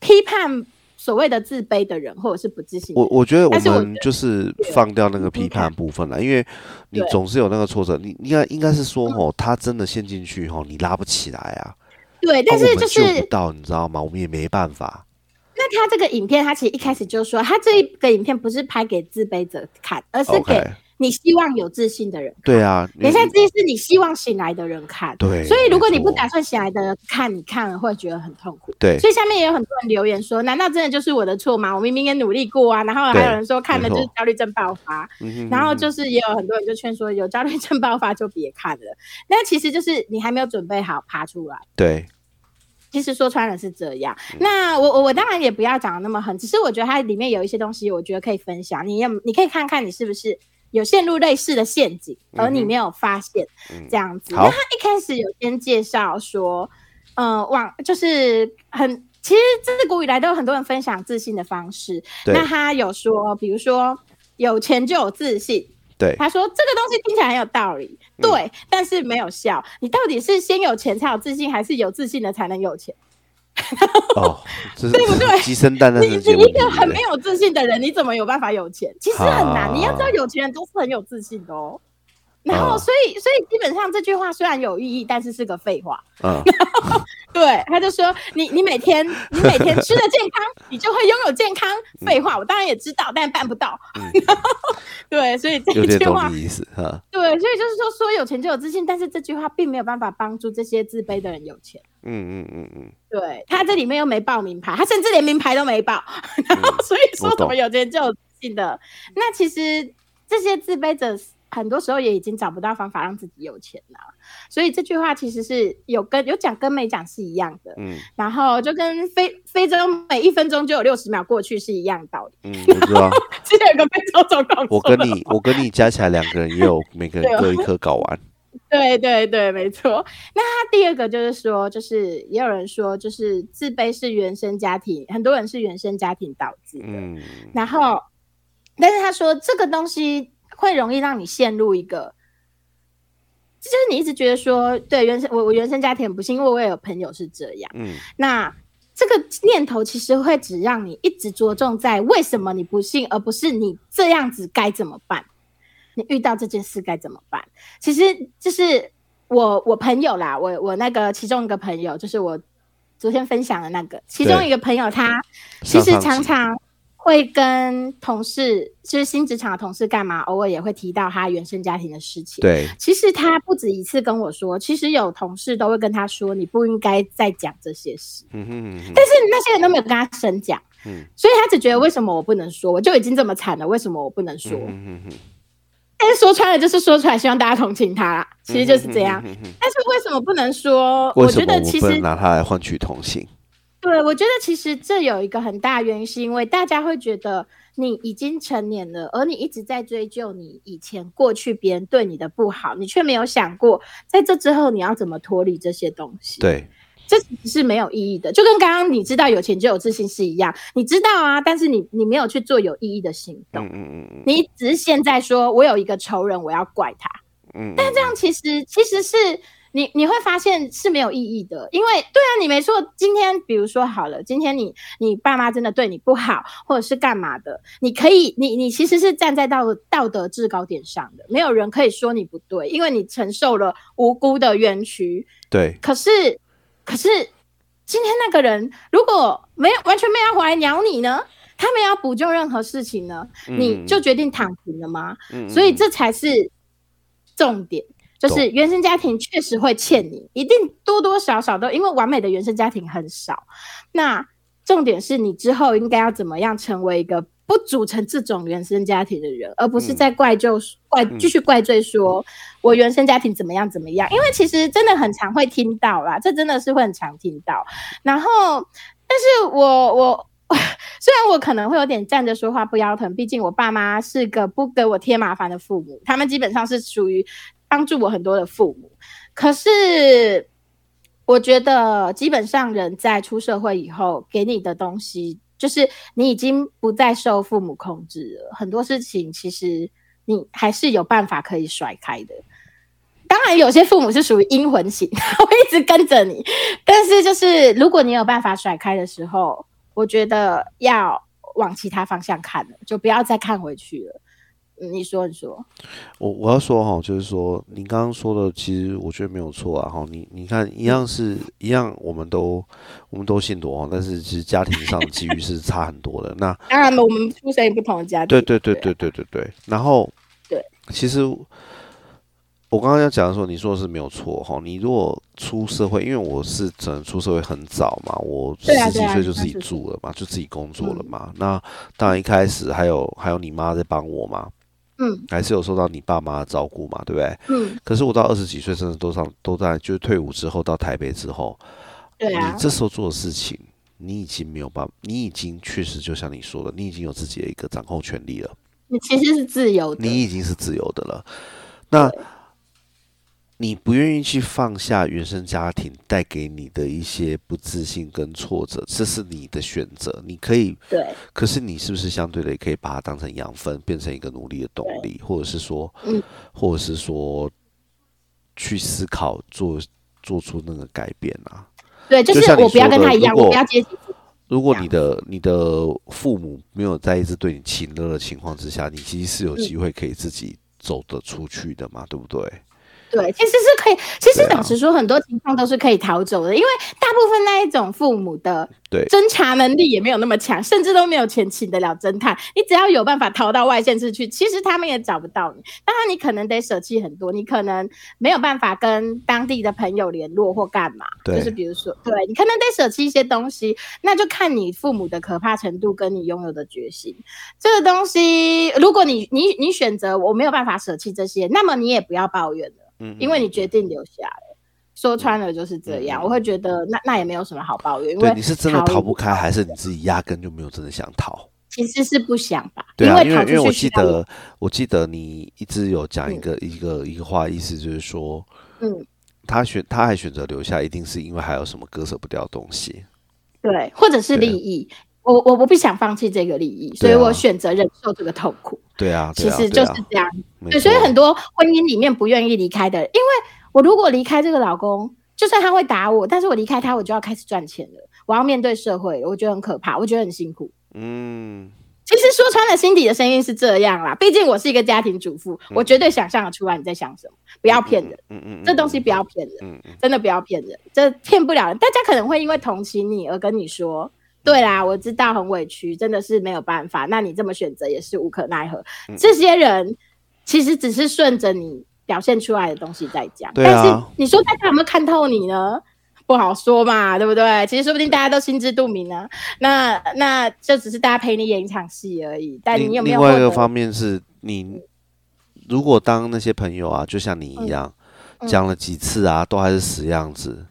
批判所谓的自卑的人，或者是不自信的我人。我觉得我但是我们就是放掉那个批判部分了，因为你对嗯总是有那个挫折，你应该应该是说吼，他真的陷进去吼，你拉不起来啊，对，但啊我是们就是、救不到，你知道吗？我们也没办法。那他这个影片，他其实一开始就说，他这一个影片不是拍给自卑者看，而是给 OK 你希望有自信的人看。对啊，等一下，你这些是你希望醒来的人看。对所以如果你不没错打算醒来的人看，你看了会觉得很痛苦。对所以下面也有很多人留言说：“难道真的就是我的错吗？我明明也努力过啊。”然后还有人说看了就是没错焦虑症爆发，嗯哼然后嗯就是也有很多人就劝说有焦虑症爆发就别看了。那其实就是你还没有准备好爬出来。哼对其实说穿了是这样，嗯那我我我当然也不要讲的那么狠，只是我觉得它里面有一些东西，我觉得可以分享。你也你可以看看你是不是有陷入类似的陷阱，而你没有发现、嗯这样子。好那他一开始有先介绍说，呃，往就是很其实自古以来都有很多人分享自信的方式。对那他有说，比如说有钱就有自信，对嗯他说这个东西听起来很有道理，对，但是没有效。你到底是先有钱才有自信，还是有自信了才能有钱？ 哦，这对不对是鸡生蛋，蛋你生鸡你问一题个很没对有自信的人，你怎么有办法有钱？其实很难，啊你要知道有钱人都是很有自信的哦。然后，啊所以，所以基本上这句话虽然有意义，但是是个废话。嗯，对，对，他就说你你每天你每天吃的健康， 你就会拥有健康。嗯废话，我当然也知道，但办不到。 对，所以这有点句懂话，你意思哈。对，所以就是说说有钱就有自信，但是这句话并没有办法帮助这些自卑的人有钱。嗯嗯嗯嗯，对他这里面又没报名牌，他甚至连名牌都没报，然后所以说嗯我什么懂有钱就有自信的。那其实这些自卑者很多时候也已经找不到方法让自己有钱了，所以这句话其实是有跟有讲跟没讲是一样的， 嗯然后就跟非非洲每一分钟就有六十秒过去是一样道理。嗯，我知道。之前有个非洲总统，我跟你，我跟你加起来两个人也有，每 个啊人各一颗睾丸。对对对，没错。那他第二个就是说，就是也有人说，就是自卑是原生家庭，很多人是原生家庭导致的。嗯然后，但是他说这个东西会容易让你陷入一个，这就是你一直觉得说，对原生我我原生家庭很不幸，因为我也有朋友是这样。嗯那这个念头其实会只让你一直着重在为什么你不幸，而不是你这样子该怎么办。你遇到这件事该怎么办？其实就是我我朋友啦，我我那个其中一个朋友，就是我昨天分享的那个，其中对一个朋友他其上实上常集常会跟同事，就是新职场的同事干嘛，偶尔也会提到他原生家庭的事情。对，其实他不止一次跟我说，其实有同事都会跟他说，你不应该再讲这些事，嗯哼嗯哼但是那些人都没有跟他深讲，嗯所以他只觉得为什么我不能说，我就已经这么惨了，为什么我不能说？嗯哼嗯哼，但是说穿了就是说出来，希望大家同情他啦，其实就是这样。嗯哼嗯哼嗯但是为什么不能说？哼。为我什觉么我得们其不能实拿它来换取同性？对，我觉得其实这有一个很大原因，是因为大家会觉得你已经成年了，而你一直在追究你以前过去别人对你的不好，你却没有想过在这之后你要怎么脱离这些东西。，对，这其实是没有意义的，就跟刚刚你知道有钱就有自信是一样，你知道啊，但是你你没有去做有意义的行动，嗯嗯嗯你只是现在说我有一个仇人，我要怪他，嗯。但这样其实其实是你你会发现是没有意义的，因为对啊，你没错。今天比如说好了，今天你你爸妈真的对你不好，或者是干嘛的，你可以你你其实是站在道道德制高点上的，没有人可以说你不对，因为你承受了无辜的冤屈。对，可是可是今天那个人如果没有完全没有要回来鸟你呢？他们要补救任何事情呢，你嗯就决定躺平了吗？嗯所以嗯这才是重点，就是懂原生家庭确实会欠你，一定多多少少都因为完美的原生家庭很少。那重点是你之后应该要怎么样成为一个不组成这种原生家庭的人，而不是嗯在怪就、怪嗯继续怪罪说、我原生家庭怎么样怎么样，因为其实真的很常会听到啦，这真的是会很常听到。然后，但是我我 虽然我可能会有点站着说话不腰疼，毕竟我爸妈是个不给我添麻烦的父母，他们基本上是属于帮助我很多的父母。可是，我觉得基本上人在出社会以后给你的东西，就是你已经不再受父母控制了，很多事情其实你还是有办法可以甩开的。当然，有些父母是属于阴魂型， 他会一直跟着你。但是，就是如果你有办法甩开的时候，我觉得要往其他方向看了，就不要再看回去了。嗯你说，你说，嗯我我要说哈，就是说您刚刚说的，其实我觉得没有错啊哈。你你看，一样是一样，我们都我们都信佛哈，但是其实家庭上的机遇是差很多的。 那当然，我们出生于不同的家庭，对对对对对对对，然后啊对，其实我刚刚要讲的时候，你说的是没有错哈。你如果出社会，因为我是只能出社会很早嘛，我十嗯对啊对几啊岁就自那己是嗯住了嘛，就自己工作了嘛。那当然一开始还有还有你妈在帮我嘛，嗯还是有受到你爸妈的照顾嘛，对不对？嗯，可是我到二十几岁，甚至都上都在就是退伍之后到台北之后，对啊你，这时候做的事情，你已经没有办法，你已经确实就像你说的，你已经有自己的一个掌控权利了，你其实是自由的，你已经是自由的了。那你不愿意去放下原生家庭带给你的一些不自信跟挫折，这是你的选择。你可以对，可是你是不是相对的也可以把它当成养分，变成一个努力的动力，或者是说，嗯或者是说，去思考做做出那个改变啊？对，就就是像你我不要说跟的他一样，如果我不要接近父母，如果你的你的父母没有在一直对你亲热的情况之下，你其实是有机会可以自己走得出去的嘛，对不对？对，其实是可以。其实对啊老实说，很多情况都是可以逃走的，因为大部分那一种父母的对侦查能力也没有那么强，甚至都没有钱请得了侦探。你只要有办法逃到外县市去，其实他们也找不到你。当然，你可能得舍弃很多，你可能没有办法跟当地的朋友联络或干嘛。对就是比如说，对你可能得舍弃一些东西，那就看你父母的可怕程度跟你拥有的决心。这个东西，如果你你你选择我没有办法舍弃这些，那么你也不要抱怨了，嗯因为你决定留下来。说穿了就是这样，嗯我会觉得那那也没有什么好抱怨，因对为你是真的逃不开，逃还是你自己压根就没有真的想逃？其实是不想吧，对啊，因逃为出因为我去记需要有，得我记得你一直有讲一个、一个一个话，意思就是说嗯，他选他还选择留下，一定是因为还有什么割舍不掉的东西。对，或者是对啊利益，我我我不想放弃这个利益，所以对啊我选择忍受这个痛苦，对啊，对其啊，实对就啊是，这样没对，所以错很多婚姻里面不愿意离开的人，因为我如果离开这个老公，就算他会打我，但是我离开他，我就要开始赚钱了，我要面对社会，我觉得很可怕，我觉得很辛苦。嗯，其实说穿了，心底的声音是这样啦。毕竟我是一个家庭主妇，我绝对想象得出来你在想什么。不要骗人，嗯嗯，嗯嗯嗯，这东西不要骗人，嗯，嗯真的不要骗人，这骗不了人。大家可能会因为同情你而跟你说。对嗯啦，我知道很委屈，真的是没有办法。那你这么选择也是无可奈何。嗯这些人其实只是顺着你表现出来的东西在讲，对但啊是你说大家有没有看透你呢？不好说嘛，对不对？其实说不定大家都心知肚明啊。那那就只是大家陪你演一场戏而已。但另哎你有嗯没另有外获一个得方面是你，如果当那些朋友啊，就像你一样，嗯讲了几次啊，都还是死样子，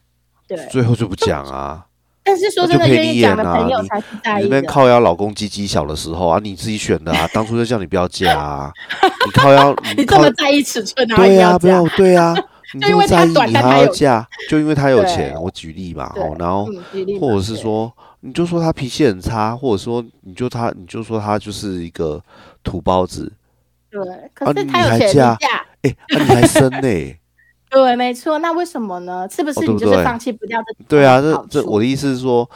对？最后就不讲 啊。但是说真的，就陪愿你意讲的演啊朋友你才是在你意那的边。靠腰老公鸡鸡小的时候啊，你自己选的 啊，当初就叫你不要嫁啊，你靠腰，你这靠么在意尺寸，然后对你呀、要不讲要，对呀、你 就这因么为他在意，短你但他还要有嫁，就因为他有对钱，我举例嘛，对哦，然后嗯举例或嘛者是对说，你就说他脾气很差，或者说你就他，你就说他就是一个土包子，对，啊可是你他有还钱你嫁嫁，哎、啊你还生呢、 对，没错。那为什么呢？是不哦是对你不就是对放弃不掉这？对啊，好这这处我的意思是说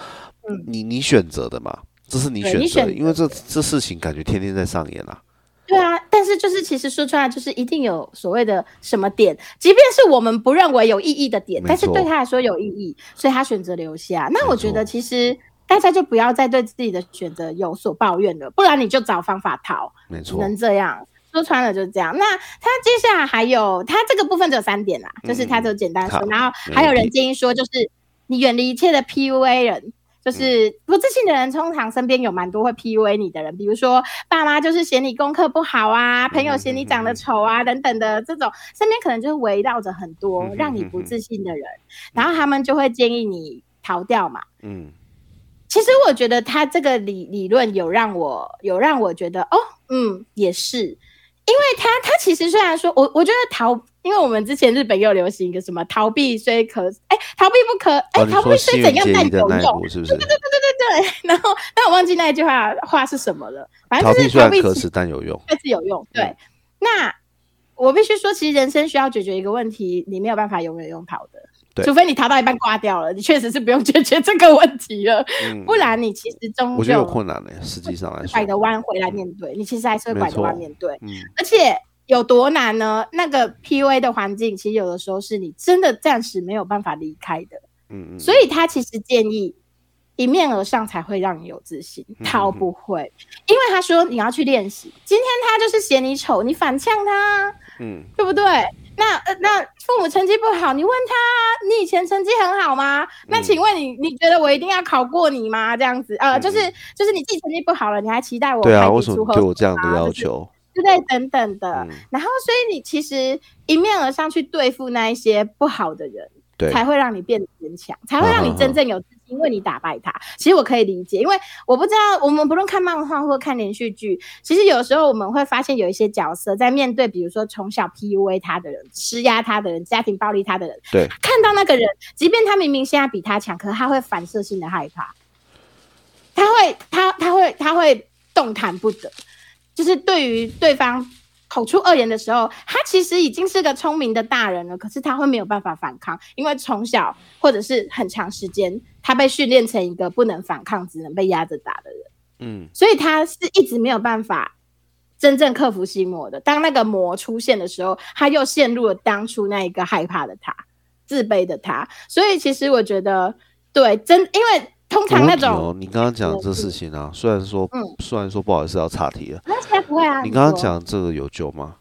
嗯，你你选择的嘛，这是你对选你择选的，因为这这事情感觉天天在上演啊。对啊，但是就是其实说出来，就是一定有所谓的什么点，即便是我们不认为有意义的点，没但是对错他来说有意义，所以他选择留下。那我没觉错得其实大家就不要再对自己的选择有所抱怨了，不然你就找方法逃。没只错，能这样。说穿了就是这样。那他接下来还有，他这个部分只有三点啦，就是他只有简单嗯说，好然后还没有问人题建议说，就是你远离一切的 PUA 人。嗯就是不自信的人，通常身边有蛮多会 PUA 你的人，比如说爸妈就是嫌你功课不好嗯啊，朋友嫌你长得丑啊，等等的这种，身边可能就围绕着很多嗯哼让你不嗯哼自信的人，然后他们就会建议你逃掉嘛，嗯，其实我觉得他这个理理论有让我有让我觉得哦，嗯，也是，因为他他其实虽然说我我觉得逃，因为我们之前日本又流行一个什么逃避虽可哎逃避不可哎、哦，你逃避说西元虽怎样结但衣的有那一用，部是不是？对对对，然后但我忘记那一句话话是什么了，反逃避正就是虽逃然避可其耻，但有用。但是有用。对，那我必须说，其实人生需要解决一个问题，你没有办法永远用逃的。对除非你逃到一半挂掉了，你确实是不用解决这个问题了，嗯不然你其实终究我觉得有困难呢、欸实际上来拐个说，弯回来面对，你其实还是会拐个弯没错面对，嗯，而且有多难呢？那个 PUA 的环境，其实有的时候是你真的暂时没有办法离开的，嗯嗯，所以他其实建议迎面而上才会让你有自信，嗯逃不会，因为他说你要去练习。今天他就是嫌你丑，你反呛他啊，嗯，对不对？那呃那父母成绩不好，你问他你以前成绩很好吗？那嗯请问你，你觉得我一定要考过你吗？这样子，呃，嗯就是就是你自己成绩不好了，你还期待我对啊，排挤为什么出你和对我这样啊的要就是呃求？之类等等的。嗯，然后，所以你其实迎面而上去对付那一些不好的人，对，才会让你变得坚强，才会让你真正有自信，因为你打败他。其实我可以理解，因为我不知道我们不论看漫画或看连续剧，其实有时候我们会发现有一些角色在面对，比如说从小 PUA 他的人、施压他的人、家庭暴力他的人，对，看到那个人，即便他明明现在比他强，可是他会反射性的害怕，他会他他会他会动弹不得，就是对于对方口出恶言的时候，他其实已经是个聪明的大人了，可是他会没有办法反抗，因为从小或者是很长时间，他被训练成一个不能反抗，只能被压着打的人，嗯所以他是一直没有办法。真正克服心魔的。当那个魔出现的时候，他又陷入了当初那一个害怕的他、自卑的他。所以其实我觉得，对，真因为通没常那问题哦种，，你刚刚讲这事情啊，虽然说嗯虽然说不好意思要岔题了，那现在不会啊。你刚刚说讲这个有救吗？